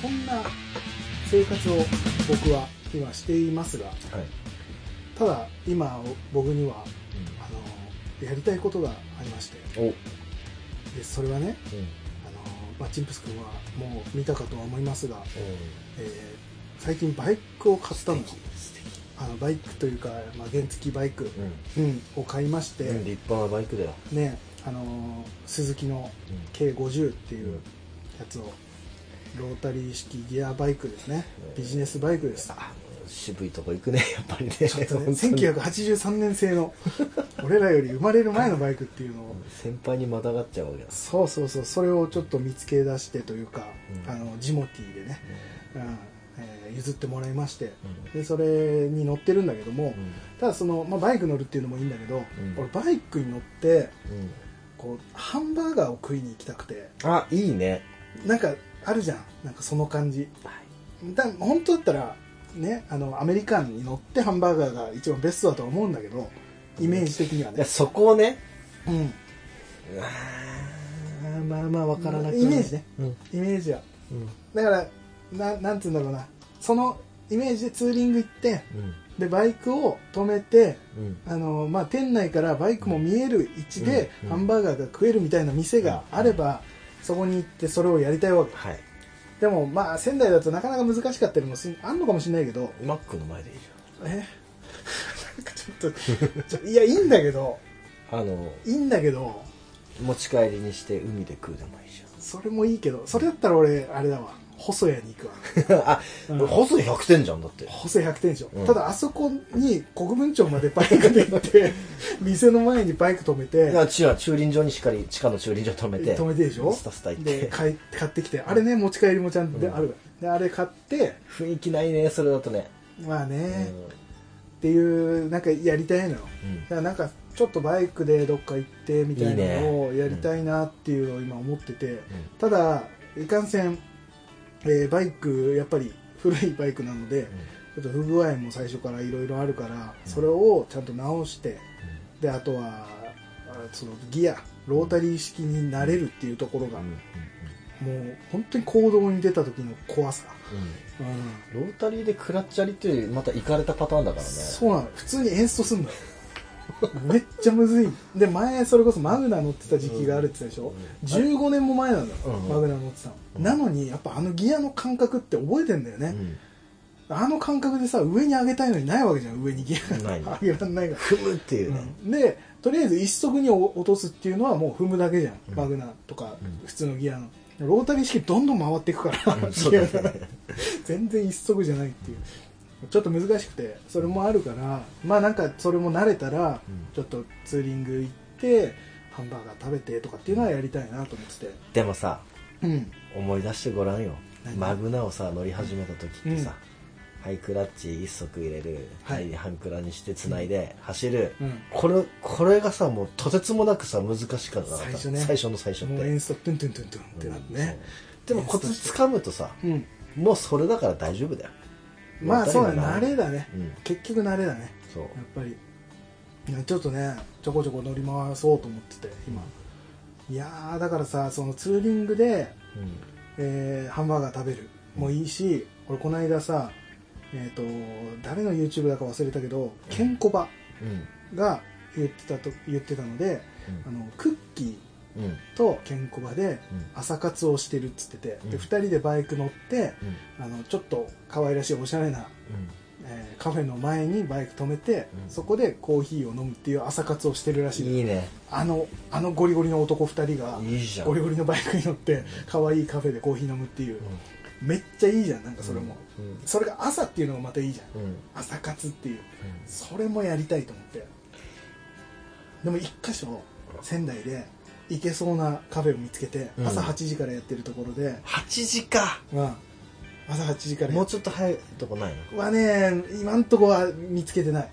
そんな生活を僕は今していますがはい、ただ今僕にはあのやりたいことがありましてお、うん、でそれはねあの、まあ、チンプス君はもう見たかとは思いますが、えー最近バイクを買ったの素敵あのバイクというか、まあ、原付バイク、ううんを買いまして、ん、うん、立派なバイクだよ、ねあのー鈴木のうん K50 っていうやつをロータリー式ギアバイクですねうんビジネスバイクですあ渋いとこ行くねやっぱりねちょっとね本当に1983年製 の俺らより生まれる前のバイクっていうのを先輩にまたがっちゃうわけだそうそうそうそれをちょっと見つけ出してというか、うんあのジモティーでね、うんえー譲ってもらいましてうでそれに乗ってるんだけども、んうんただその、まあ、バイク乗るっていうのもいいんだけど、ん俺バイクに乗ってうんこうハンバーガーを食いに行きたくてあいいねなんかあるじゃんなんかその感じだ本当だったらねあのアメリカンに乗ってハンバーガーが一番ベストだとは思うんだけどイメージ的にはいやね、そこをねうん、あーまあまあわからなくイメージねうんイメージはうんだからななんて言うんだろうなそのイメージでツーリング行ってうんでバイクを止めてうんあのまあ、店内からバイクも見える位置でうんハンバーガーが食えるみたいな店があればそこに行ってそれをやりたいわけはいでもまあ仙台だとなかなか難しかったりもすあんのかもしれないけどマックの前でいいじえ なんかちょっとちょいやいいんだけどゃんあのいいんだけど持ち帰りにして海で食うでもいいじそれもいいけどそれだったら俺あれだわ細谷に行くわゃ んあ、うん細い100点じゃんだって細谷100点でしょ、うんただあそこに国分町までバイクで行って 店の前にバイク止めていや違う駐輪場にしっかり地下の駐輪場止めて止めてでしょスタスタ行って で買い買ってきてあれね持ち帰りもちゃんとでうんあるわ、であれ買って雰囲気ないねそれだとね、まあね、っうんていうなんかやりたいのよだからなんかちょっとバイクでどっか行ってみたいなのをいいねやりたいなっていうのを今思ってて、うんただいかんせん、えーバイクやっぱり古いバイクなので、ちょっと不具合も最初からいろいろあるからそれをちゃんと直してであとはあそのギアロータリー式になれるっていうところが、もう本当に行動に出た時の怖さ、うんロータリーでクラッチャリっていうまた行かれたパターンだからねそうなの普通にエンストすんの めっちゃむずいで前それこそマグナ乗ってた時期があるって言ったでしょ、15年も前なんだよ、うんマグナ乗ってたの、なのにやっぱあのギアの感覚って覚えてんだよね、あの感覚でさ上に上げたいのにないわけじゃん上にギアないが上げらんないから踏むっていうね、でとりあえず一足に落とすっていうのはもう踏むだけじゃん、マグナとかうん普通のギアのロータリー式どんどん回っていくから、うんそうだね ギアが 全然一足じゃないっていうちょっと難しくてそれもあるからまあなんかそれも慣れたらうんちょっとツーリング行ってハンバーガー食べてとかっていうのはやりたいなと思っててでもさうん思い出してごらんよ何マグナをさ乗り始めた時ってさ、ハイクラッチ一足入れる、ははいい、半クラにしてつないで走る、うんこれこれがさもうとてつもなくさ難しかったからさ最初ね最初の最初ってもうエンストトゥントゥントゥントゥンってなってね、うんそうでもコツ掴むとさうんもうそれだから大丈夫だよまあそうだね慣慣れだね、うん結局慣れだねそうやっぱりいやちょっとねちょこちょこ乗り回そうと思ってて今いやーだからさそのツーリングで、うんえーハンバーガー食べるもいいし、俺この間さえっ、と誰の YouTube だか忘れたけどケンコバうんが言ってたと言ってたのであのクッキーうんうんとケンコバでうん朝活をしてるっつってて、でうん2人でバイク乗ってうんあのちょっと可愛らしいおしゃれなえーカフェの前にバイク止めて、うんそこでコーヒーを飲むっていう朝活をしてるらしいのいいねあのあのゴリゴリの男2人がいいじゃんゴリゴリのバイクに乗って可愛いカフェでコーヒー飲むっていう、めっちゃいいじゃんなんかそれも、うんうんそれが朝っていうのがまたいいじゃんうんうん朝活っていうそれもやりたいと思ってでも一箇所仙台で行けそうなカフェを見つけて、うん朝8時からやってるところで、 8時かうん朝8時からやもっうちょっと早いとこないのはね今んとこは見つけてない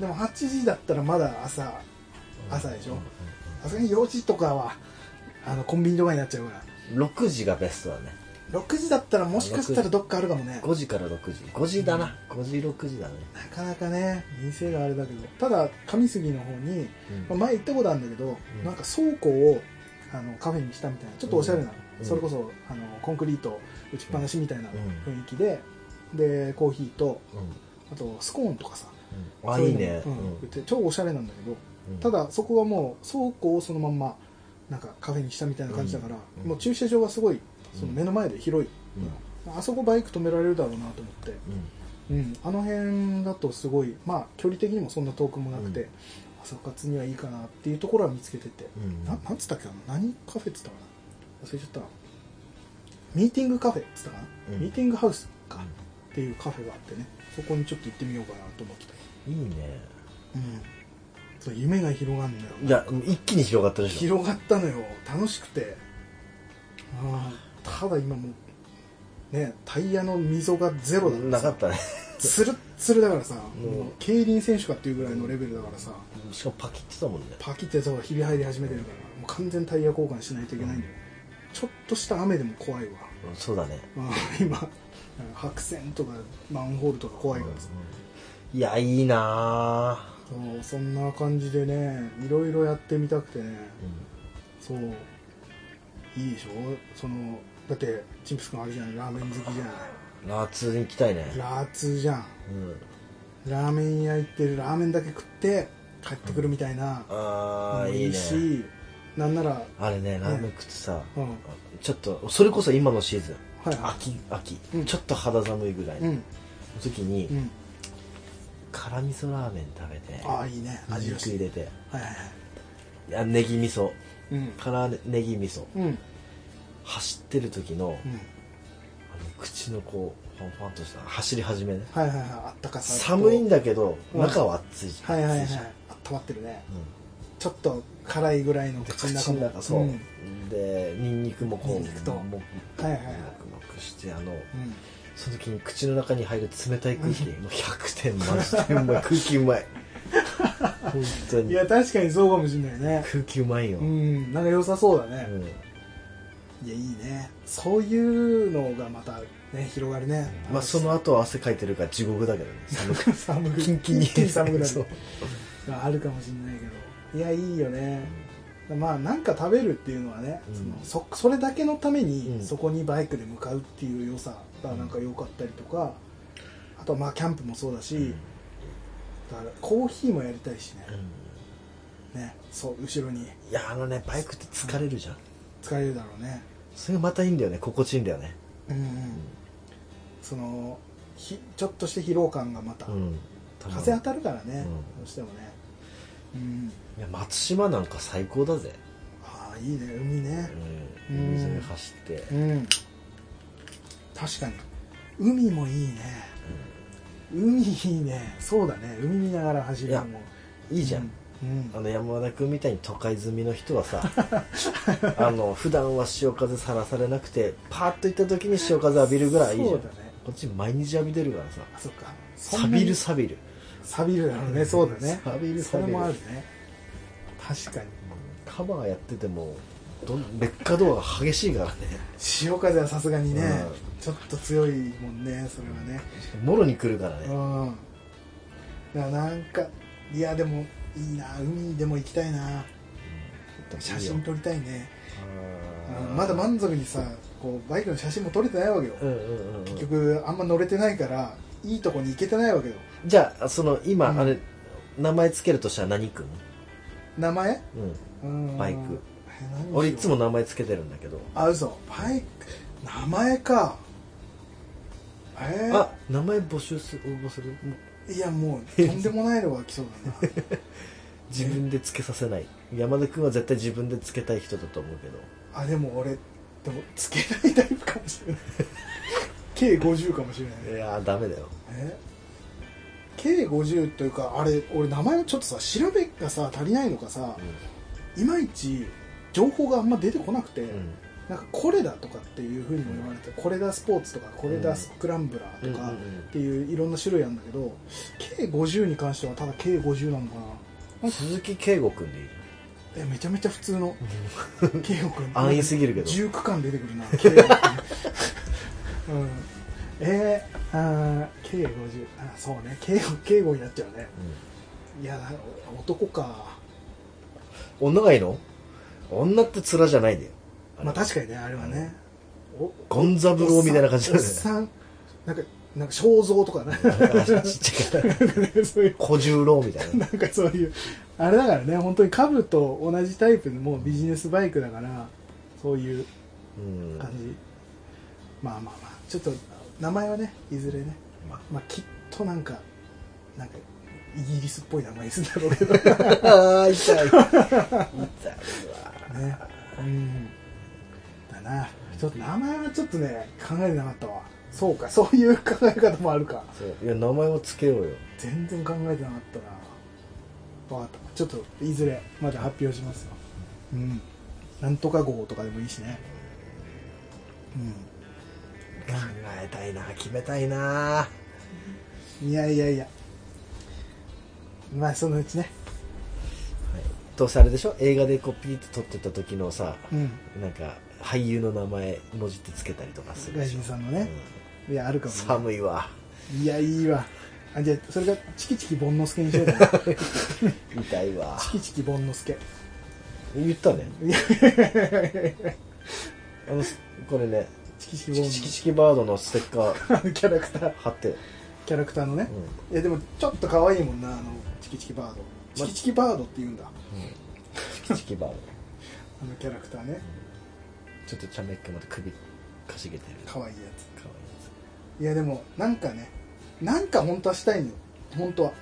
でも8時だったらまだ朝朝でしょさすがに4時とかはあのコンビニとかになっちゃうか6時がベストだねら6時だったらもしかしたらどっかあるかもね5時から6時5時だな5時6時だねなかなかね店があれだけどただ上杉の方に、まあ前行ったことあるんだけど、うんなんか倉庫をあのカフェにしたみたいなちょっとおしゃれな、うんそれこそあのコンクリート打ちっぱなしみたいなうん雰囲気で、でコーヒーとうあとスコーンとかさん、あそういういのね、うん売って超おしゃれなんだけど、うんただそこはもう倉庫をそのまんまなんかカフェにしたみたいな感じだから、うんもう駐車場がすごいその目の前で広い、あそこバイク止められるだろうなと思って、ううん、あの辺だとすごいまあ距離的にもそんな遠くもなくて、うん朝活にはいいかなっていうところは見つけてて、んうんななんつったっけな何カフェっつったかな忘れちゃったなミーティングカフェっつったかな、うんミーティングハウスか、うんっていうカフェがあってねそこにちょっと行ってみようかなと思ってたいいねうんそう夢が広がるんだよいや一気に広がったでしょ広がったのよ楽しくてあーただ今もうねタイヤの溝がゼロだなかったねつるっつるだからさ、うんもう競輪選手かっていうぐらいのレベルだからさ、しかもパキってたもんねパキってさひび入り始めてるからもう完全タイヤ交換しないといけないんだよ、ちょっとした雨でも怖いわ、うんそうだねうん今白線とかマンホールとか怖いからさ、いやいいなあそうそんな感じでねいろいろやってみたくてねそういいでしょそのだってチンプス君あれじゃんラーメン好きじゃないラーツーに行きたいねラーツじゃんうんラーメン屋行ってるラーメンだけ食って帰ってくるみたいな、ああいいいいねしなんなら、うあれねラーメン食ってさん、うんちょっとそれこそ今のシーズンはいはい秋秋うんちょっと肌寒いぐらいのうん時に辛味噌ラーメン食べてああいいね味味よ肉し入れてはいはいはいいやネギ味噌うん辛ネギ味噌うん走ってる時のうんあの口のこうファンファンとした走り始めねはいはいはいあったかさと寒いんだけどうん中は暑いじゃはんいはいは暑いじゃんあったまってるねうんちょっと辛いぐらいの口の中口もの中そう、んはいでニンニクもこニうンニクとももはいはいはいもくもくしてあのうんその時に口の中に入る冷たい空気、もう100点満点うまい空気うまい本当いにや確かにそうかもしれないね空気うまいよ、ううんんなんか良さそうだねいやいいねそういうのがまたね広がるねまあその後は汗かいてるから地獄だけどね寒く寒くキンキンに一気寒くなそうるがあるかもしれないけどいやいいよね、まあなんか食べるっていうのはね、うんそのそそれだけのためうにんそこにバイクで向かうっていう良さがなんか良かったりとかあとはまあキャンプもそうだし、うんだからコーヒーもやりたいしね,、うんねそう後ろにいやあのねバイクって疲れるじゃん疲れるだろうねそれがまたいいんだよね心地いいんだよねうん、うん、そのひちょっとした疲労感がまた、うんたまらん風当たるからね、うんどうしてもねうんいや松島なんか最高だぜ、ああいいね海ねううんん、海沿い走って、うん確かに海もいいね海いいねそうだね海見ながら走るのもいいじゃん、うん、あの山田君みたいに都会済みの人はさ あの普段は潮風さらされなくてパーッと行った時に潮風浴びるぐらいいいじゃそん、うだねこっち毎日浴びてるからさあそっかそんな錆にびる錆びる錆びるだろうねそうだね錆びるそれ錆びるもあるね確かにカバーやっててもどん劣化度が激しいからね潮風はさすがにね、うちょっと強いもんねそれはねもろに来るからうねんだからなんかいやでもいいな海でも行きたいな写真撮りたいねうんまだだ満足にさこうバイクの写真も撮れてないわけよ、うんうんうん結局あんま乗れてないからいいとこに行けてないわけよじゃあその今、うんあれ名前つけるとしたら何君、名前うん、うんバイクえ何にしよう俺いつも名前つけてるんだけどあ嘘バイク名前かえーあ、名前募集す応募するいやも うとんでもないのが来そうだな自分でつけさせない山田君は絶対自分でつけたい人だと思うけどあでも俺でもつけないタイプかもしれない計50かもしれないいやーダメだよえ計50というかあれ俺名前をちょっとさ調べがさ足りないのかさ、いまいち情報があんま出てこなくて、うんなんかこれだとかっていうふうにも言われて、これだスポーツとかこれだスクランブラーとかうんっうんうんていういろんな種類あるんだけど計50に関してはただ計50なのかな鈴木圭吾君でいいえめちゃめちゃ普通の圭吾君安易すぎるけど19巻出てくるな圭吾君うんえー、あー計50あそうね圭吾圭吾になっちゃうねいや男か女がいいの女って面じゃないんだよまあ確かにねあれはねおゴンザブローみたいな感じおだっよ ねさんなんかなんか肖像とかねあちっちゃい そういう小十郎みたいななんかそういうあれだからね本当に株と同じタイプのもうビジネスバイクだからそういううん感じ、まあまあまあちょっと名前はねいずれね、まあまあ、きっとなんかなんかイギリスっぽい名前にするんだろうけどあー 痛い痛いねうんだなちょっと名前はちょっとね考えてなかったわそうかそういう考え方もあるかそういや名前をつけようよ全然考えてなかったな分かったちょっといずれまだ発表しますようんなんとか号とかでもいいしね考えたいな決めたいなうんいやいやいやまあそのうちねどうせあれでしょ映画でこうピリッと撮ってた時のさ、うんなんか俳優の名前文字ってつけたりとかするで外しょ人さんのね、いやあるかうんも、ね、寒いわいやいいわあじゃあそれがチキチキボンのすけにしようかなチ痛いわキチキボンのすけ言った ねいやあのこれねチキチキチボンキチキチキバードのステッカーのキャラクター貼ってキャラクターのね、うんいやでもちょっと可愛いもんなあのチキチキバードチキチキバードって言うんだチキチキバードあのキャラクターねちょっとちゃめっ気また首かしげてるか可わ愛いやいついやでもなんかねなんか本当はしたいのよ本当は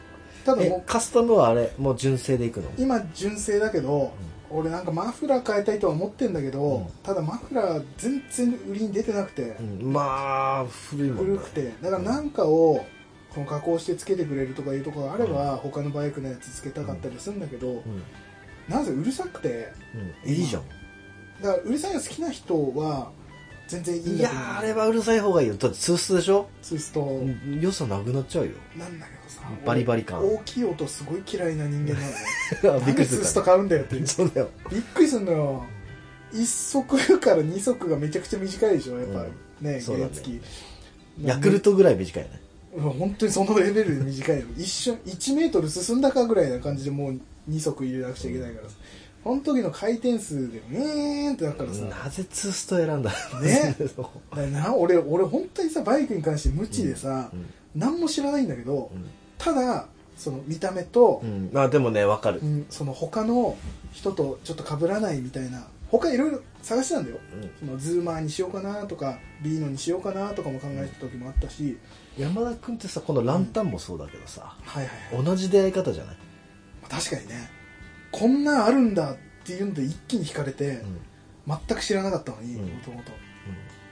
ただいやつもえうカスタムはあれもう純正でいくの今純正だけど、俺なんかマフラー変えたいとは思ってんだけど、うんただマフラー全然売りに出てなくて、うんまあ古いもん古ねくてだからなんかをこの加工してつけてくれるとかいうところがあれば、他のバイクのやつつけたかったりするんだけど、うんなぜうるさくてうんいいじゃんだからうるさいの好きな人は全然いいんいだやけどーあれはうるさい方がいいよだってツースツでしょツイスト、良さなくなっちゃうよなんだけどさバリバリ感大きい音すごい嫌いな人間な のねびっくりツするイかスト買うんだよってらそうだよびっくりするのよ1足から2足がめちゃくちゃ短いでしょやっぱ、ねそうだ原ね付きヤクルトぐらい短いよね本当にそのレベルで短いよ一瞬1メートル進んだかぐらいな感じでもう2足入れなくちゃいけないからさこの時の回転数でうーんってなるからさなぜツースト選んだねそうだな俺俺本当にさバイクに関して無知でさ、うん何も知らないんだけど、うんただその見た目とう、んまあでもねわかるうんその他の人とちょっと被らないみたいな他いろいろ探してたんだようんそのズーマーにしようかなとかビーノにしようかなとかも考えてた時もあったし、山田君ってさこのランタンもそうだけどさはいはいはい同じ出会い方じゃない確かにねこんなんあるんだっていうんで一気に惹かれて、うん全く知らなかったのにうんもともと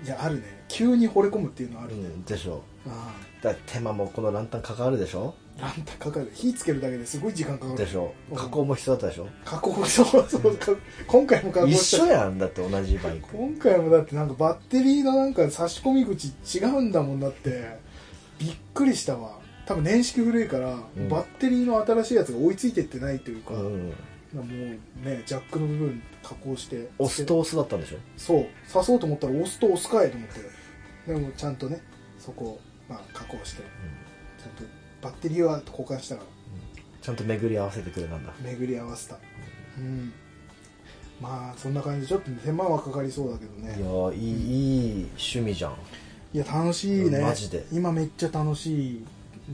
いやあるね急に惚れ込むっていうのはあうるんね、うんでしょあだから手間もこのランタン関わるでしょあランタンかかる火つけるだけですごい時間かかでるしょうん加工も必要だったでしょ加工そうそうか今回も加工一した緒やんだって同じバイク今回もだってなんかバッテリーのなんか差し込み口違うんだもんだってびっくりしたわ多分年式古いから、うんバッテリーの新しいやつが追いついてってないというか、うんもうねジャックの部分加工して押すと押すだったんでしょそう刺そうと思ったら押すと押すかいと思ってでもちゃんとねそこを、まあ、加工してちゃんとバッテリーは交換したからちゃんと巡り合わせてくれなんだ巡り合わせたうんまあそんな感じでちょっと手間はかかりそうだけどいやねーいいいい趣味じゃんいや楽しいねうんマジで今めっちゃ楽しい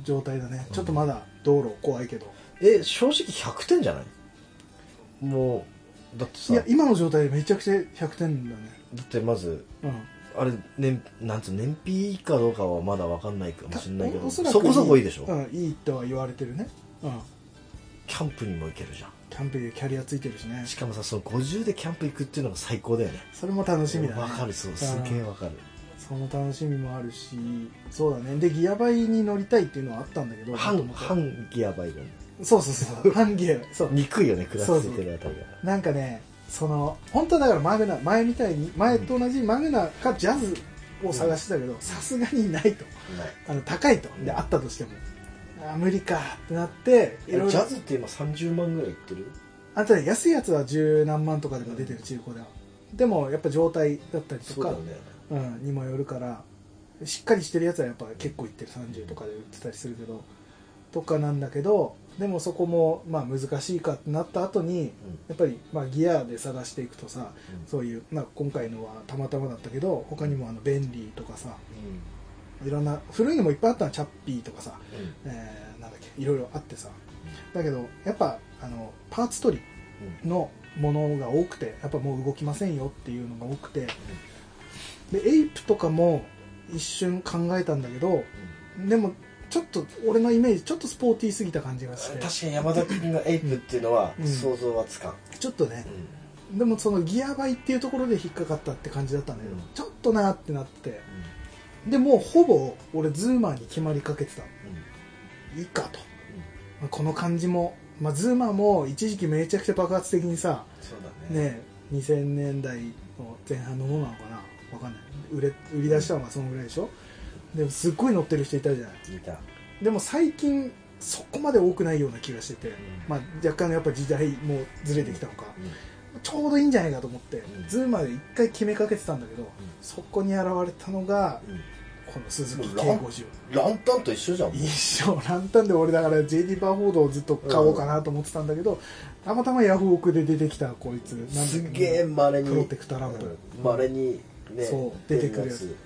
状態だね、ちょっとまだ道路怖いけどえ正直100点じゃないもうだってさいや今の状態でめちゃくちゃ100点だねだってまずうんあれ、ね、なんつう燃費いいかどうかはまだわかんないかもしれないけおどおそらくこそこいいでしょ、うん、いいとは言われてるね、うん、キャンプにも行けるじゃんキャンプでキャリアついてるしねしかもさその50でキャンプ行くっていうのが最高だよねそれも楽しみだねわかるそうすげえわかるその楽しみもあるしそうだねでギアバイに乗りたいっていうのはあったんだけど半元々半ギアバイクそうそう そう半ギアそう憎いよねクラス出てるあたりがなんかねその本当だからマグナ前みたいに前と同じマグナかジャズを探してたけどさすがにないとないあの高いとであったとしてもあー無理かってなっていろいジろャズって今30万ぐらいいってるあとね安いやつは十何万とかでも出てる中古ではでもやっぱ状態だったりとそうだかよねうん、にもよるからしっかりしてるやつはやっぱ結構いってる30とかで売ってたりするけどとかなんだけどでもそこもまあ難しいかってなった後にやっぱりまあギアで探していくとさうんそういうなんか今回のはたまたまだったけど他にもあの便利とかさいろんな古いのもいっぱいあったのチャッピーとかさ、うんえーなんだっけいろいろあってさだけどやっぱあのパーツ取りのものが多くてやっぱもう動きませんよっていうのが多くてでエイプとかも一瞬考えたんだけどでもちょっと俺のイメージちょっとスポーティーすぎた感じがして確かに山田君がエイプっていうのはうん想像はつかん、ちょっとねでもそのギアバイっていうところで引っかかったって感じだったんだけど、うんちょっとなーってなってでもうほぼ俺ズーマーに決まりかけてたのいいかとまあこの感じも、まあ、ズーマーも一時期めちゃくちゃ爆発的にさ、そうだねね、2000年代の前半のものなのかなわかんない売れ売り出したのがそのぐらいでしょでもすっごい乗ってる人いたじゃない聞いた、でも最近そこまで多くないような気がしてて、まあ、若干やっぱ時代もずれてきたのかちょうどいいんじゃないかと思って、うんズーマーで一回決めかけてたんだけど、そこに現れたのがこの鈴木 K50 ランタンと一緒じゃんもう一生ランタンで俺だから JD バーフォードをずっと買おうかなと思ってたんだけど、たまたまヤフオクで出てきたこいつなんだっけすげえまれにプロテクタランプまれにねそう出てくるやつ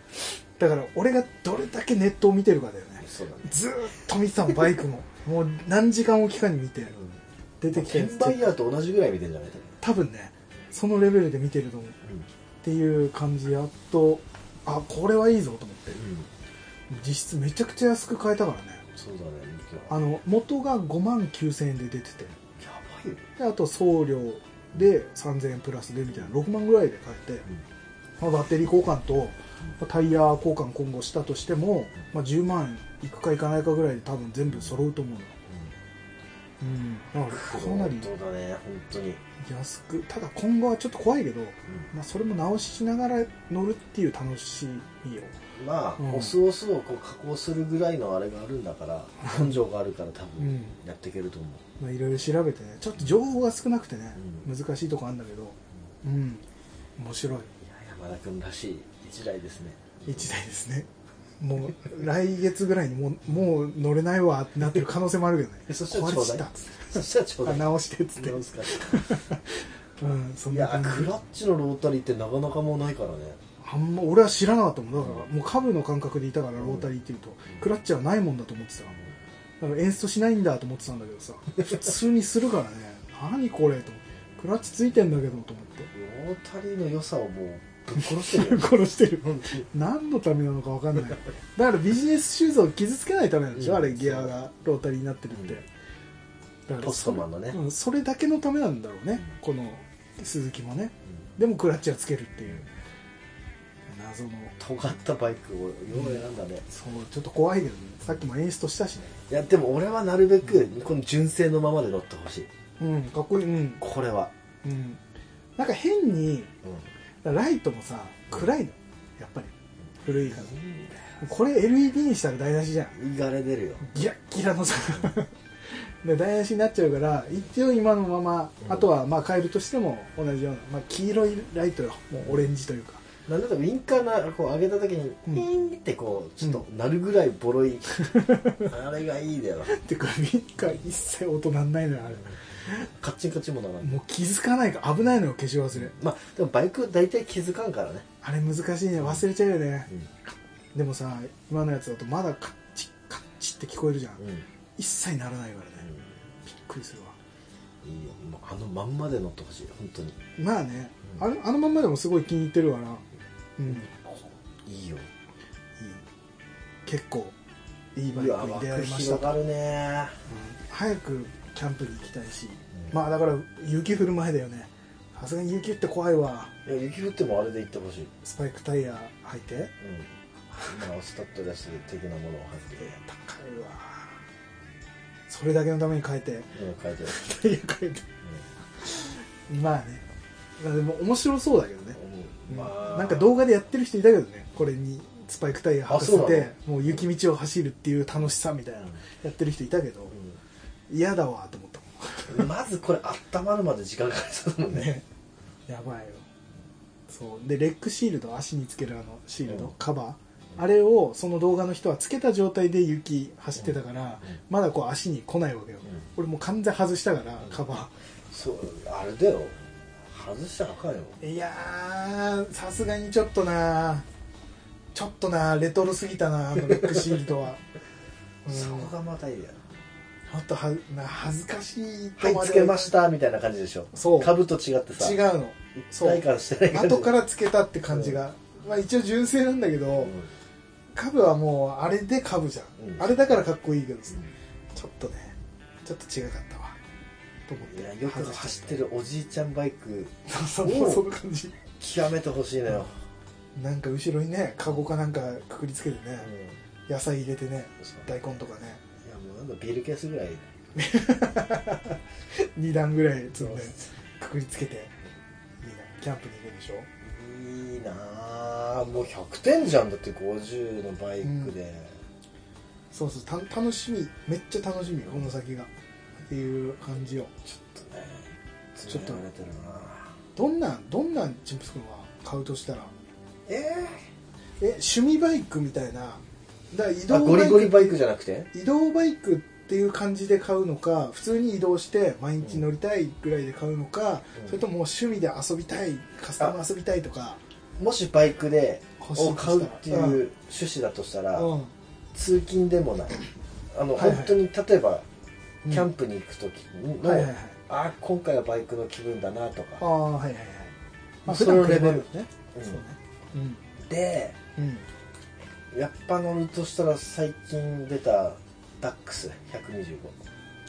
だから俺がどれだけネットを見てるかだよねそうだねずーっと見てたのバイクももう何時間おきかに見て出てきたや転つ売ヤーと同じぐらい見てんじゃない多分ねそのレベルで見てると思うっていう感じやっとあこれはいいぞと思って実質めちゃくちゃ安く買えたからねそうだねあの元が5万9000円で出ててやばいよであと送料で3000円プラスでみたいな6万ぐらいで買えて、まあ、バッテリー交換とまあタイヤ交換今後したとしても、まあ、10万いくかいかないかぐらいで多分全部揃うと思うのうんだからかなりそうだね本当に安くただ今後はちょっと怖いけど、まあ、それも直しながら乗るっていう楽しみをまうんあオスオスをこう加工するぐらいのあれがあるんだから根性があるから多うん分やっていけると思うまあいろいろ調べてねちょっと情報が少なくてね、うん難しいとこあるんだけどうん面白いいや山田君らしい一台ですね一台ですねもう来月ぐらいにもうもう乗れないわってなってる可能性もあるけどねそしたらちょうだ壊れていたっつってそしたらちょうだあい直してっつって直すかうんそらんいなや感じクラッチのロータリーってなかなかもうないからねあんま俺は知らなかったもんだからもう株の感覚でいたからロータリーっていうとクラッチはないもんだと思ってたからだからエンストしないんだと思ってたんだけどさ普通にするからね何これと思ってクラッチついてんだけどと思ってロータリーの良さをもうぶっ殺してる よ殺してる本当に何のためなのか分かんないだからビジネスシューズを傷つけないためなんでしょ、うんあれギアがロータリーになってるって、だからポスそトれマンのねうんそれだけのためなんだろうね、この鈴木もねでもクラッチはつけるっていう謎の尖ったバイクをよう選んだねそうちょっと怖いけどねさっきも演出したしねいやでも俺はなるべくこの純正のままで乗ってほしいうんかっこいいうん、これはうん、なんか変にライトもさ暗いのやっぱり古いからこれ LED にしたら台無しじゃんいがれ出るよギラッギラのさ で台無しになっちゃうから一応今のまま、うんあとはまあ変えるとしても同じような、まあ、黄色いライトよもうオレンジというかなんだったらウインカーなこう上げた時にうんピンってこうちょっとなるぐらいボロい あれがいいだよっていうか3日一切音なんないのよあれカッチンカチンもならないもう気づかないから危ないのよ消し忘れまあでもバイクは大体気づかんからねあれ難しいね忘れちゃうよねう、んでもさ今のやつだとまだカッチッカッチッって聞こえるじゃん、一切ならないからねびっくりするわうんいいよもうあのまんまで乗ってほしい本当にまあね、うんあのあのまんまでもすごい気に入ってるからうんいいよいい結構いいバイいやクに出会いま枠した広がるねうん早くキャンプに行きたいし、まあだから雪降る前だよねさすがに雪って怖いわいや雪降ってもあれで行ってほしいスパイクタイヤ履いてうんまあスタッドレス的なものを履いて高いわそれだけのために変えてうん書いてあるタイヤ変えてまあねまあでも面白そうだけどね、うんまあなんか動画でやってる人いたけどねこれにスパイクタイヤ履かせあそうなてもう雪道を走るっていう楽しさみたいなやってる人いたけど嫌だわと思ったもんうんまずこれ温まるまで時間かかりそうだもんね ねやばいよそうでレッグシールド足につけるあのシールド、うんカバあれをその動画の人はつけた状態で雪走ってたからまだこう足に来ないわけよ俺もう完全外したからカバそうあれだよ外したらあかんよーいやーさすがにちょっとなちょっとなレトロすぎたなあのレックシール ドは、うんそこがまたいいやちょっとはな恥ずかしいはといまつでけましたみたいな感じでしょそう株と違ってさ違ううのそう体感してない感じ後からつけたって感じが、まあ一応純正なんだけど、うんカブはもうあれでカブじゃん、うんあれだからかっこいいけどさ、ちょっとねちょっと違かったわと思っいやてよく走ってるおじいちゃんバイク そうそうおうその感じ極めてほしいのよ、なんか後ろにねカゴかなんかくくりつけてねうん、い野菜入れてねそう大根とかねやもうなんかビールケースぐらい2段ぐらい積んでくくりつけていいなキャンプに行くんでしょいいなあもう100点じゃんだって50のバイクで、そうそうた楽しみめっちゃ楽しみこの先がっていう感じよちょっとねちょっと詰められてるなどんなんどんなんチンプス君は買うとしたらええ趣味バイクみたいなだから移ー、あ動ゴバリイゴリクバイクじゃなくて移動バイクっていう感じで買うのか普通に移動して毎日乗りたいぐらいで買うのか、うんそれとも趣味で遊びたいカスタム遊びたいとかもしバイクで欲しいをとした買らうっていう趣旨だとしたら、うん通勤でもないあの、はいはい本当に例えばうんキャンプに行く時の、はいはいはいあ今回はバイクの気分だなとあかあはいはいはいまあそ普の段車レベルだよね、うんそうねうんでうんやっぱ乗るとしたら最近出たダックス125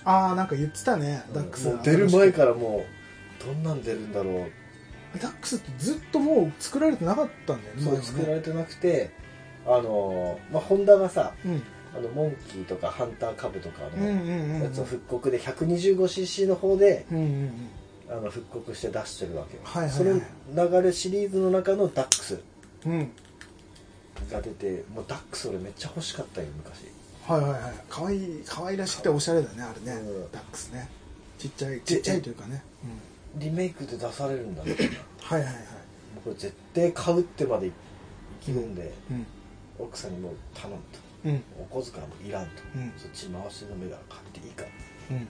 ああなんか言ってたね、ダックスもう出る前からもうどんなん出るんだろダックスってずっともう作られてなかったんだようねそ前うはね作られてなくてあのまあホンダがさうんあのモンキーとかハンターカブとかうんのうんうんやつを復刻で 125cc の方でうんうんうんあの復刻して出してるわけよ、はいはいはいその流れシリーズの中のダックスうんが出てもうダックス俺めっちゃ欲しかったよ昔はいはいはい可愛い可愛らしくておしゃれだねあれね、うんダックスねちっちゃいちっちゃいというかね、うん、リメイクで出される んだみたいなもはいはいはい、うこれ絶対買うってまで意気込んで、うん、奥さんにもう頼むとうんお小遣いもいらんと、うんそっち回して飲めが買っていいかいうん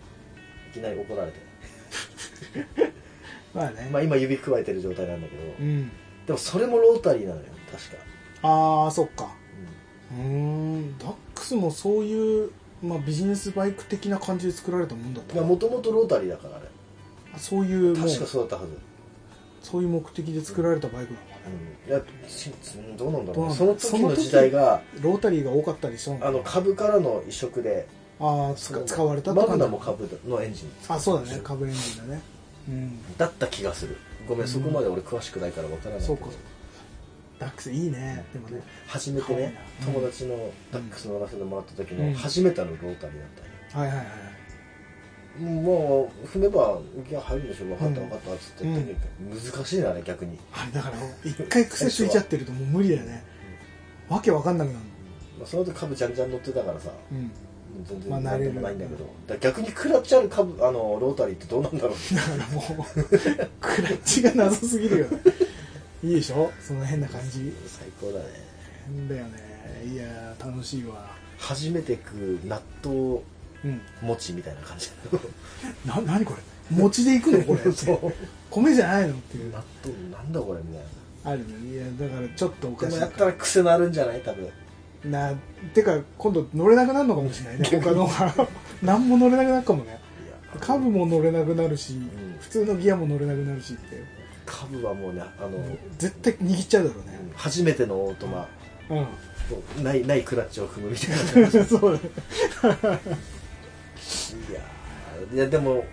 きなり 怒られて、まあね、まあ、今指くわえてる状態なんだけど、うんでもそれもロータリーなのよ確か、ああそっかううーんダックスもそういう、まあ、ビジネスバイク的な感じで作られたもんだっんいやたもともとロータリーだからあれあそういうもう確かそうだったはず、そういう目的で作られたバイクなのかね、うん、いやしうんどうなんだろうどうなんだろねうその時の時代がロータリーが多かったりしたのかあの株からの移植でああ使使われたマグナもか株のエンジンあそうだね株エンジンだねうんだった気がするごめん、うんそこまで俺詳しくないからわからないけそどうかダックスいいねでもね初めてね可愛いな友達のダックスの乗らせてもらった時うのん初めてのロータリーだったんはよいはいはいもう踏めば浮は入るでしょ分かったうん分かったっつって言ってるけど難しいなあれ逆に、あれだから一回癖ついちゃってるともう無理だよねわけわかんなくなるまあ、その時株じゃんじゃん乗ってたからさのうん全まあ然慣何れでるもないんだけど、だから逆に食らっちゃう株あのロータリーってどうなんだろうってだからもう クラッチが謎すぎるよねいいでしょその変な感じ最高だね変だよねいやー楽しいわ初めて食う納豆うん餅みたいな感じな何これ餅でいくのこれ そう米じゃないのっていう 納豆なんだこれみたいなあるねいやだからちょっとおでかしもいやったら癖なるんじゃない多分なてか今度乗れなくなるのかもしれないね他のは何も乗れなくなるかもねカブも乗れなくなるし、ん普通のギアも乗れなくなるしってカブはもうねあの、絶対握っちゃうだろうね初めてのオートマ、うないないクラッチを踏むみたいなんそうだねいやーいやでも、うん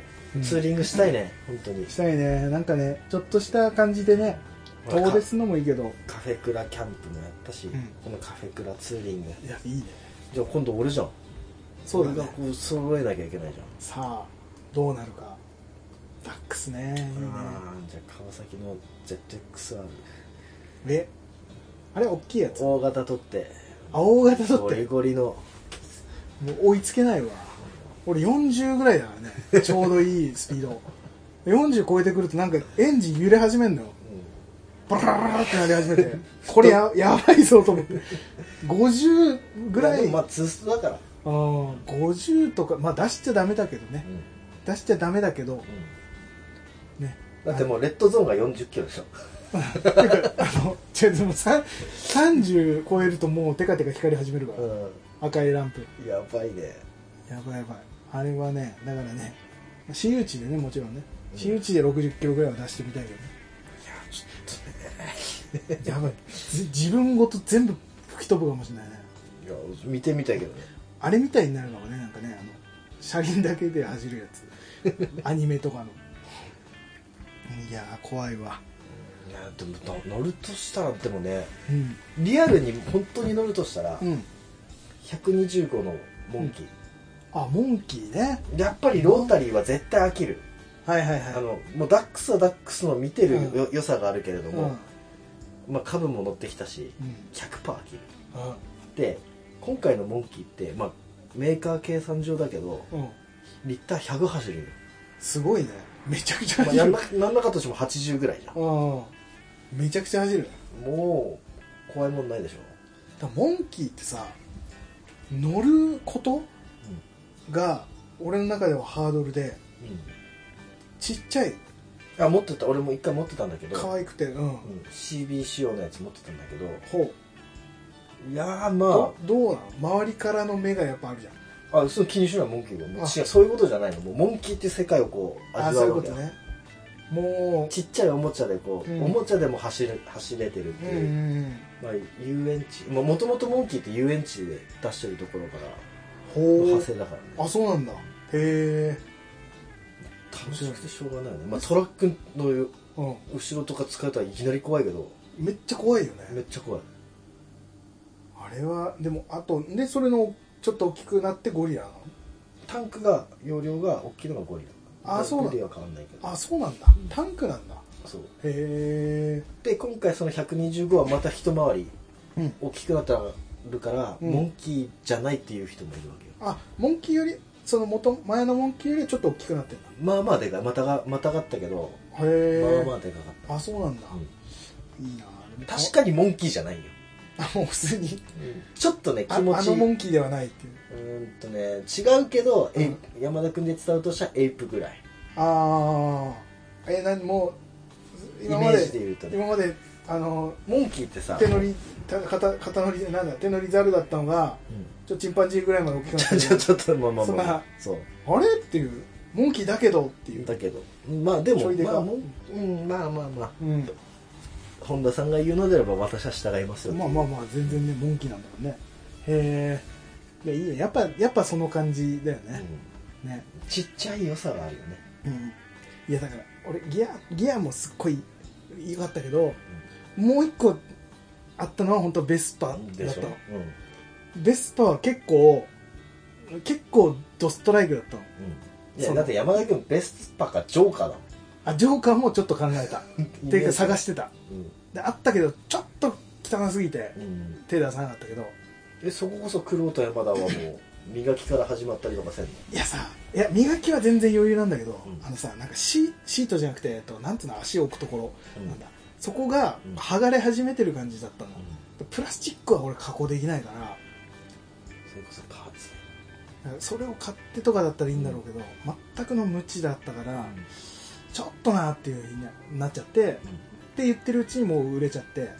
ツーリングしたいね本当にしたいねなんかねちょっとした感じでねほら遠出すのもいいけどカフェクラキャンプもやったし、うんこのカフェクラツーリングいやいいねじゃあ今度俺じゃんそうだ俺がねこう揃えなきゃいけないじゃんさあどうなるかダックスねいいねあーじゃあ川崎の ZXR であれ大きいやつ大型取って青型だっゴリてゴリのもう追いつけないわ俺40ぐらいだからねちょうどいいスピード40超えてくるとなんかエンジン揺れ始めるのよボララララってなり始めてこれややばいぞと思って50ぐらまあでい、もまあツーストだから、あー50とかまあ出しちゃダメだけどね出しちゃダメだけどね だってもうレッドゾーンが40キロでしょてかあの違うでもさ30超えるともうテカテカ光り始めるから、う赤いランプんやばいねやばいやばいあれはねだからね私有地でねもちろんねうん私有地で6 0キロぐらいは出してみたいけどねいやちょっとねやばいじ自分ごと全部吹き飛ぶかもしれないねいや見てみたいけどねあれみたいになるかもねなんかねあの車輪だけで走るや つアニメとかのいやー怖いわいやでもな乗るとしたらでもねうんリアルに本当に乗るとしたら、うん125のモンキー、あモンキーねやっぱりロータリーは絶対飽きる、はいはいはいあのもうダックスはダックスの見てるよ、う良さがあるけれどうんうんも、まあ、株も乗ってきたしうん100%飽きるで今回のモンキーって、まあ、メーカー計算上だけどうんリッター100走るよ、すごいねめちゃくちゃまあ、走やんるななんなかったとしても80ぐらいじゃんうんめちゃくちゃ走るだかもう怖いもんないでしょ、らモンキーってさ乗ることが俺の中ではハードルでうちっちゃいん、あ持ってた俺も一回持ってたんだけど、可愛くてうんうん CB 仕様のやつ持ってたんだけどほいやーうまどどうなの周りからの目がやっぱあるじゃんああその気にしないモンキーはもうあ違うそういうことじゃないのもうモンキーっていう世界をこうあ味そわういううこわけとだねもちっちゃいおもちゃでこう、うんおもちゃでも走れ走れてるってうういう、んまあ、遊園地もともとモンキーって遊園地で出してるところからのほ派う生だからねあそうなんだへえ楽しくてしょうがないよね、まあ、トラックのうん後ろとか使えたらいきなり怖いけどめっちゃ怖いよねめっちゃ怖いあれはでもあとでそれのちょっと大きくなってゴリラなのタンクが容量が大きいのがゴリラあそうなんゴリラは変わんないけどあそうなんだんタンクなんだそうへで今回その125はまた一回りえうん大きくなってるから、うんモンキーじゃないっていう人もいるわけよあモンキーよりその元前のモンキーよりちょっと大きくなってんだまあまあでかいまたがまたがったけど、へえまあまあでかかっあそうなんだた、、うんいいなでも確かにモンキーじゃないよ、あもう普通にちょっとねああ気持ちいのいモうンキーではないっていうーんとね違うけど、エイプ山田君で伝うとしたらエイプぐらいああえ何もう今まイメーでジで言うとね今まであのモンキーってさ手乗りた肩肩乗りなんだ手乗りザルだったのがうんちょっとチンパンジーぐらいまで大きくなっちてょる ちょちょっとまあまあそんまなあそうあれっていうモンキーだけどっていうだけどまあでちょもいでかまあもんうんまあまあまあうん本田さんが言うのであれば私は従いますよまあまあまあ全然ねモンキーなんだろうねへえいやいいねやっぱやっぱその感じだようね、ねんちっちゃい良さがあるよねうんいやだから俺ギアギアもすっごい良かったけど、もう一個あったのは本当ベスパでだっしょたのうんうんベスパは結構結構ドストライクだったのいやそうだって山田君ベスパかジョーカーだもんあジョーカーもちょっと考えたっていうか探ししてたうんであったけどちょっと汚すぎてうん手出さなかったけどえそここそ黒と山田はもう磨きから始まったりとかせんのいやさいや磨きは全然余裕なんだけど、うんあのさなんかシシートじゃなくて、えっと、なんつうの足を置くところうんなんだ、そこがうん剥がれ始めてる感じだったの、プラスチックは俺加工できないからそれこそパーツなんかそれを買ってとかだったらいいんだろうけど、全くの無知だったから、ちょっとなっていう風にななっちゃってって言ってるうちにもう売れちゃって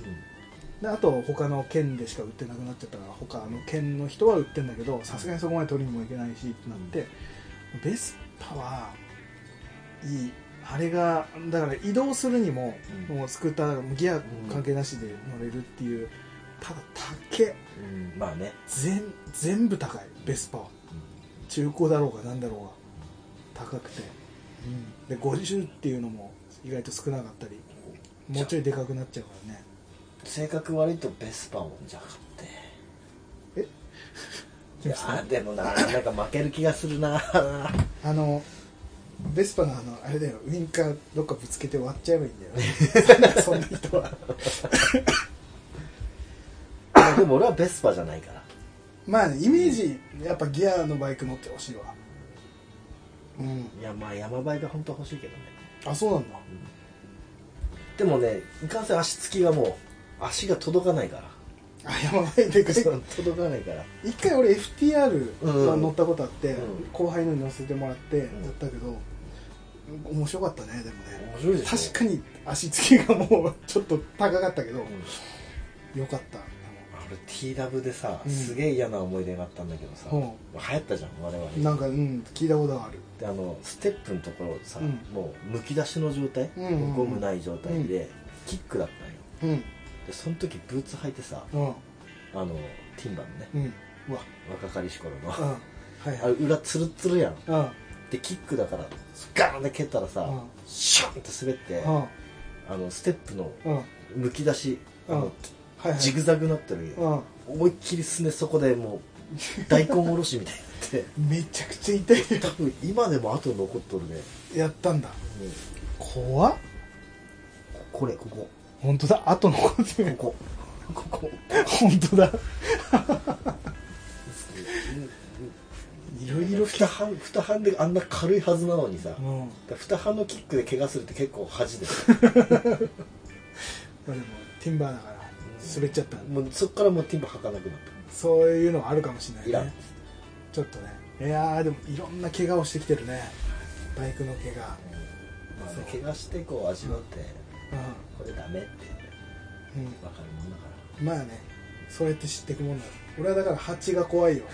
であと他の県でしか売ってなくなっちゃったから他の県の人は売ってんだけどさすがにそこまで取りにも行けないしってなって、ベスパはいいあれがだから移動するにも,、うんもうスクーターギア関係なしで乗れるっていう、ただ高えうんまあね全全部高いベスパは中古だろうが何だろうが高くて、で50っていうのも意外と少なかったりもうちょいでかくなっちゃうからね性格悪いとベスパもじゃあ買っていやーでもななんか負ける気がするなあのベスパのあのあれだよウインカーどっかぶつけて割っちゃえばいいんだ よねそんな人はまあでも俺はベスパじゃないからまあねイメージやっぱギアのバイク乗ってほしいわうんいやまあ山バイが本当は欲しいけどねあそうなんだでもねいかんせん足つきがもう足が届かないからあやばいでかいそう 届かないから一回俺 FTR うはん乗ったことあって、うん後輩のに乗せてもらってやんったけど、面白かったねでもね面白いでしょ確かに足つきがもうちょっと高かったけど、うんよかった俺 TW でさ、うんすげえ嫌な思い出があったんだけどさ、うん流行ったじゃん我々なんかうん聞いたことはあるであのステップのところをさ、うんもうむき出しの状態、うんうんうんゴムない状態で、キックだったんようんでその時ブーツ履いてさうんあのティンバーのねうんうわ若かりし頃うのんあはいはいれ裏ツルツルやんうんでキックだからガーンって蹴ったらさ、うんシュンって滑って、うんあのステップのうんはむき出し、あうんのいはいジグザグなってるんよ、う思いっきりすねそこでもう大根おろしみたいになってんめちゃくちゃ痛い 多分今でも後残っとるね、やったんだうん怖っここれここ本当だ後のこってるここここ本当だいろいろ二半二半であんな軽いはずなのにさ、うんま二半のキックで怪我するって結構恥であでもティンバーだから滑っちゃったもうそっからもうティンパ履かなくなっそういうのはあるかもしれいならいんねちょっとねいやーでもいろんな怪我をしてきてるねバイクの怪我た、まあね、怪我してこう味わってこれダメってうん、うん分かるもんだからまあねそうやって知っていくもんだ俺はだから蜂が怖いよ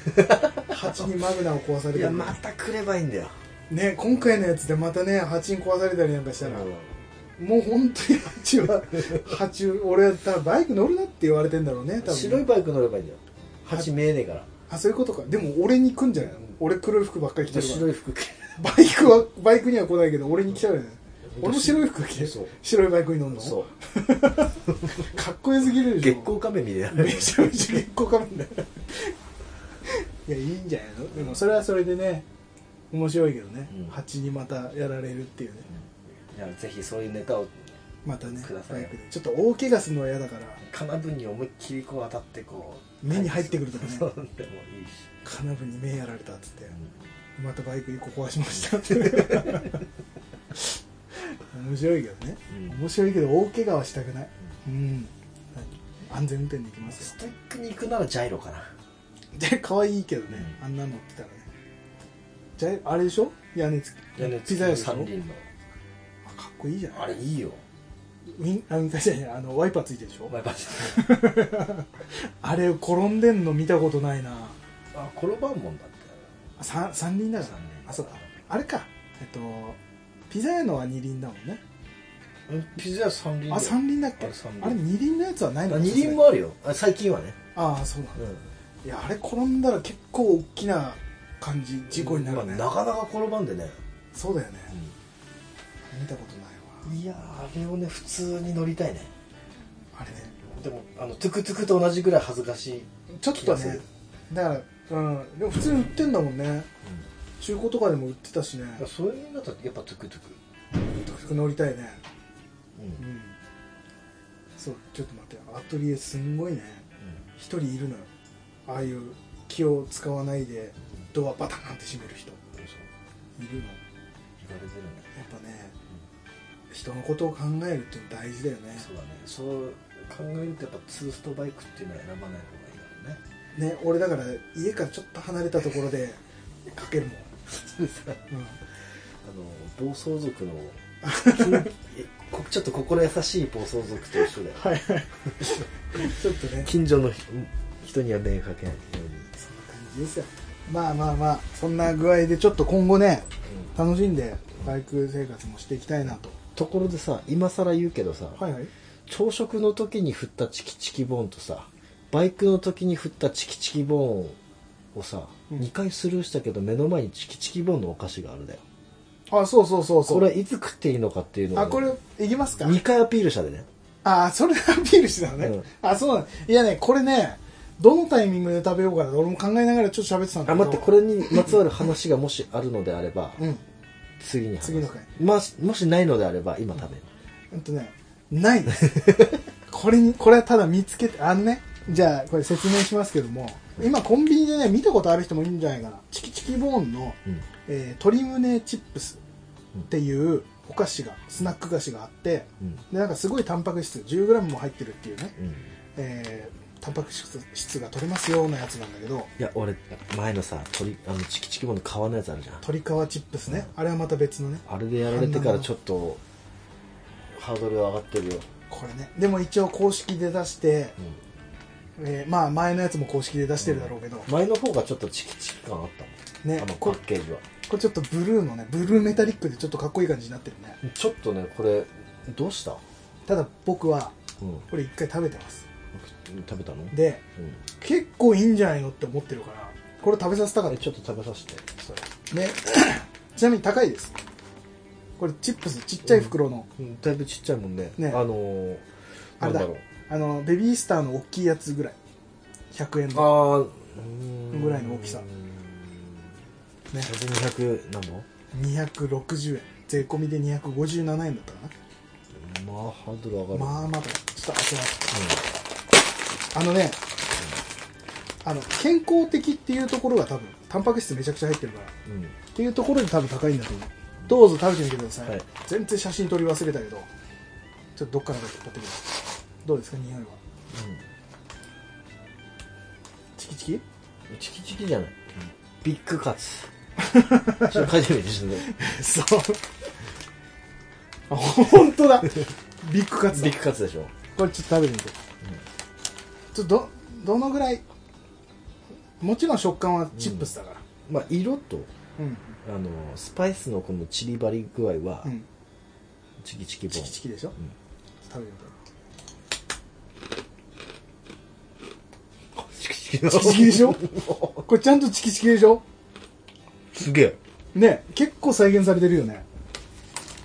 蜂にマグナを壊されいたやりまた来ればいいんだよね今回のやつでまたね蜂に壊されたりなんかしたら、もう本当に蜂は 蜂俺は多分バイク乗るなって言われてんだろうね多分白いバイク乗ればいいんだよ蜂見えねえからあそういうことかでも俺に来んじゃないの俺黒い服ばっかり着てるか白い服着 てらバイクはバイクには来ないけど俺に来ちゃうよね俺も白い服着てそう白いバイクに乗るのそかっこよすぎるうでし月ょ光仮面見れないめちゃめちゃ月光仮面 だよいやいいんじゃないのでもそれはそれでね面白いけどね、うん蜂にまたやられるっていうねいやぜひそういうネタをまたねくださバいイクでちょっと大怪我するのは嫌だから金分に思いっきりこう当たってこう目に入ってくるとかねそうでもいいし、金分に目やられたっつってうんまたバイク一個壊しましたって 面白いけどね、うん面白いけど大怪我はしたくないうん、はい安全運転で行きますスよトイックに行くならジャイロかなで可愛いけどね、あんなの乗ってたらねじゃああれでしょ屋根付き屋根ピ付きザ屋のでしょ三輪のあかっこいいじゃないあれいいよウィンあウィンカーじゃないあのワイパーついてるでしょお前バ ジあれ転んでんの見たことないなあ転ばんもんだってあ三三輪だから三輪あそうかあれかえっとピザ屋のは二輪だもんねうんピザ屋三輪あ三輪だっけあれ三輪あれ二輪のやつはないのあか二輪もあるよあ最近はね、ああそうなんだうんいやあれ転んだら結構大きな感じ事故になるね、まあなかなか転ばんでね、そうだよね見たことないわいやーあれをね普通に乗りたいねあれねでもあのトゥクトゥクと同じぐらい恥ずかしい、ちょっ気とがするねだからうんでも普通に売ってんだもんね中古とかでも売ってたしねそういうんだったらやっぱトゥクトゥク、乗りたいねうんう、んそうちょっと待ってアトリエすんごいね一人いるのよああいう気を使わないでドアバタンって閉める人いそうるの言われてるんだやっぱね人のことを考えるっていうの大事だよねそうだねそう考えるとやっぱツーストバイクっていうのは選ばない方がいいからねね俺だから家からちょっと離れたところでかけるもん、 うんあの暴走族のえこちょっと心優しい暴走族と一緒だよ、はいはいちょっとね近所の人人には迷惑かけないように、そんな感じですよまあまあまあそんな具合でちょっと今後ね楽しんでバイク生活もしていきたいなとところでさ今更言うけどさ、はいはい朝食の時に振ったチキチキボーンとさバイクの時に振ったチキチキボーンをさ、うん2回スルーしたけど目の前にチキチキボーンのお菓子があるんだよあそうそうそうそうこれはいつ食っていいのかっていうのをね、あこれいきますか2回アピールしたでねあそれアピールしてたのね、うんあそうなんいやねこれねどのタイミングで食べようかな俺も考えながらちょっと喋ってたんだあけど待ってこれにまつわる話がもしあるのであれば、うん次に話す次の回まあ、もしないのであれば今食べる、うんとね ないですこれにこれはただ見つけてあんねじゃあこれ説明しますけども今コンビニでね見たことある人もいるんじゃないかなチキチキボーンの、うんえー鶏胸チップスっていう、お菓子がスナック菓子があってうんでなんかすごいタンパク質 10g も入ってるっていうね、うんえータンパク質質が取れますようなやつなんだけどいや俺前のさ鳥あのチキチキもの皮のやつあるじゃん鶏皮チップスね、あれはまた別のねあれでやられてからちょっとハードル上がってるよ、これねでも一応公式で出して、えーまあ前のやつも公式で出してるだろうけど、前の方がちょっとチキチキ感あったもんねあのパこッケージはこれちょっとブルーのねブルーメタリックでちょっとかっこいい感じになってるねちょっとねこれどうした、ただ僕はうん、これ一回食べてます食べたのでうん結構いいんじゃないのって思ってるからこれ食べさせたかえっちょっと食べさせてそれたね ちなみに高いですこれチップスちっちゃい袋の、うんだいぶちっちゃいもんねねあのー、あれだなんだろうあのベビースターの大きいやつぐらい100円のああぐらいの大きさね100200何本260円税込みで257円だったかまあハードル上がなる、まあまだちょっと熱々あのね、あの健康的っていうところが多分タンパク質めちゃくちゃ入ってるからっうん、うんていうところで多分高いんだと思うどうぞ食べてみてください、はい全然写真撮り忘れたけどちょっとどっからか撮ってみますどうですか匂いはチキチキうん、チキチキじゃない、ビッグカツちょっと書いてみてちょっと そうあ本当だビッグカツだビッグカツでしょこれちょっと食べてみて、ちょっとどどのぐらいもちろん食感はチップスだからまあ色とうんあのースパイスのこのチリバリ具合は、うん、チキチキボチンキチキでしょ、ん食べてみてチキチキのチキチキで しょこれちゃんとチキチキでしょすげえね結構再現されてるよね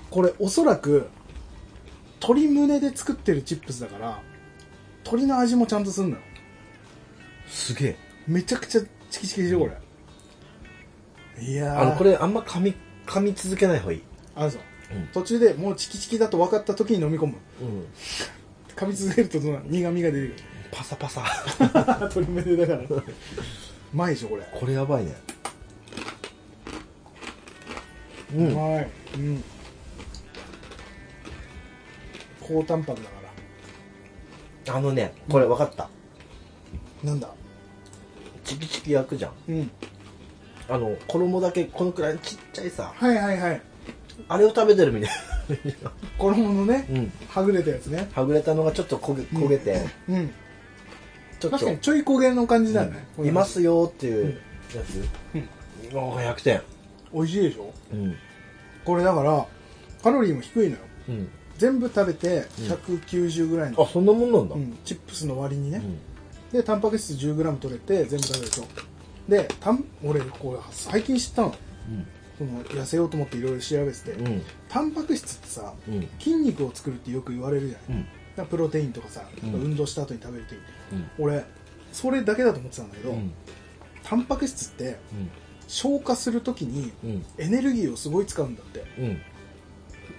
これおそらく鶏胸で作ってるチップスだから鶏の味もちゃんとすんのよすげえめちゃくちゃチキチキでしょこれ、いやーあのこれあんま噛み噛み続けない方がいいあるぞ、うん途中でもうチキチキだと分かった時に飲み込むうん噛み続けるとどんどん苦味が出てくるパサパサ 鶏胸だからうまいでしょこれ これやばいねううんまい、うん、高タンパクだからあのねこれ分かったなんだチキチキ焼くじゃんうんあの衣だけこのくらいのちっちゃいさはいはいはいあれを食べてるみたいな衣のね、うんはぐれたやつねはぐれたのがちょっと焦げ焦げて、うんちょっと確かにちょい焦げの感じだよね、うんいますよーっていうやつ、おー100点美味しいでしょうんこれだからカロリーも低いのようん全部食べて190ぐらいの、あそんなもんなんだ、うんチップスの割にね、うんでタンパク質 10g 取れて全部食べるでしょでたん俺これ最近知ったのその痩せようと思っていろいろ調べてて、うんうんタンパク質ってさ、うん筋肉を作るってよく言われるじゃない、うんだからプロテインとかさ、うん運動した後に食べるといい、うん俺それだけだと思ってたんだけど、タンパク質って消化するときにうんうんエネルギーをすごい使うんだってうん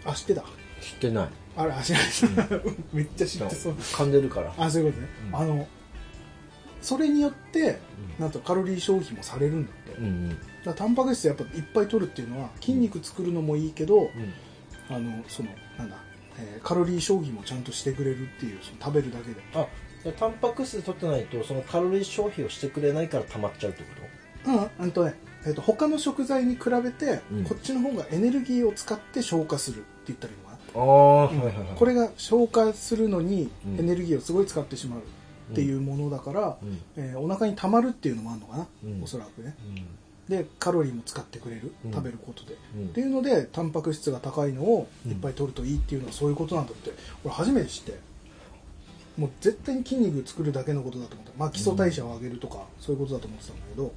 あ知ってた知ってないあれあ知らない めっちゃ知ってそう噛んでるからあそういうことね、うんあのそれによってなんとカロリー消費もされるんだって、うんうんだからタンパク質やっぱいっぱい取るっていうのは筋肉作るのもいいけど、うんあのそのなんだ、えーカロリー消費もちゃんとしてくれるっていうその食べるだけであでタンパク質取ってないとそのカロリー消費をしてくれないから溜まっちゃうってこうんうんとね、えー、と他の食材に比べて、うんこっちの方がエネルギーを使って消化するって言ったらいいのかなとああー、これが消化するのにうんエネルギーをすごい使ってしまうっていうものだから、うんえーお腹に溜まるっていうのもあるのかな、うんおそらくねうんでカロリーも使ってくれる、うん食べることで、うんっていうのでタンパク質が高いのをいっぱい取るといいっていうのはそういうことなんだって俺初めて知ってもう絶対に筋肉作るだけのことだと思った、まあ、基礎代謝を上げるとか、そういうことだと思ってたんだけど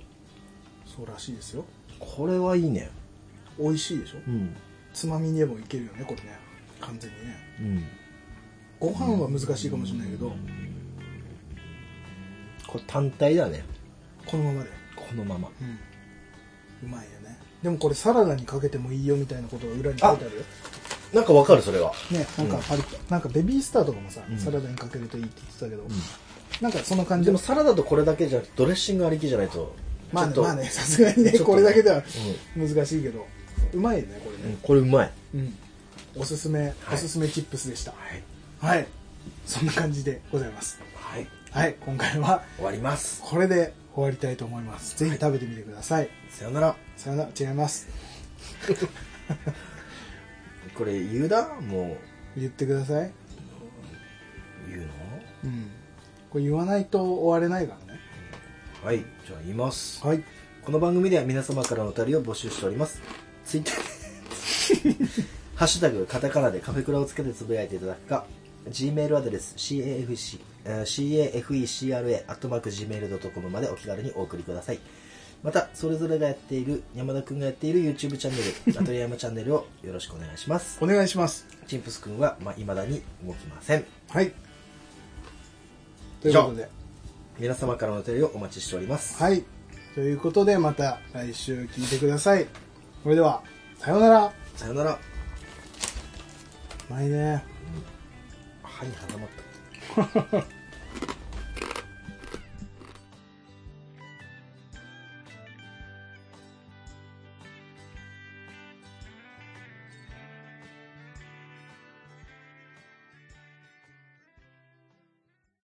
そうらしいですよこれはいいね美味しいでしょ、うんつまみにでもいけるよねこれね完全にねうんご飯は難しいかもしれないけど、これ単体だねこのままでこのままうんうまいよねでもこれサラダにかけてもいいよみたいなことが裏に書いてあるよなんかわかるそれはねなんかパリッと、なんかベビースターとかもさ、うんサラダにかけるといいって言ってたけど、なんかその感じでもサラダとこれだけじゃなくてドレッシングありきじゃないとまあねちょっとまあねさすがにねちょっとこれだけでは難しいけど、うまいよねこうれんねこれうまいうんおすすめ、はいおすすめチップスでしたはいはいそんな感じでございますはいはい今回は終わりますこれで終わりたいと思いますぜひ食べてみてください、さよならさよなら違いますこれ言うだも言ってくださいう言ううんこれ言わないと終われないからねのはいじゃあ言いますはいこの番組では皆様からのお便りを募集しておりますツイッターでハッシュタグカタカナでカフェクラをつけてつぶやいていただくか G メールアドレス CAFC えー CAFECRA.gmail.com までお気軽にお送りくださいまたそれぞれがやっている山田くんがやっている YouTube チャンネルアトリヤマチャンネルをよろしくお願いしますお願いしますチンプスくんはまあ、未だに動きませんはいということで皆様からのお便りをお待ちしておりますはいということでまた来週聞いてくださいそれではさようならうさよならまいね歯に挟まった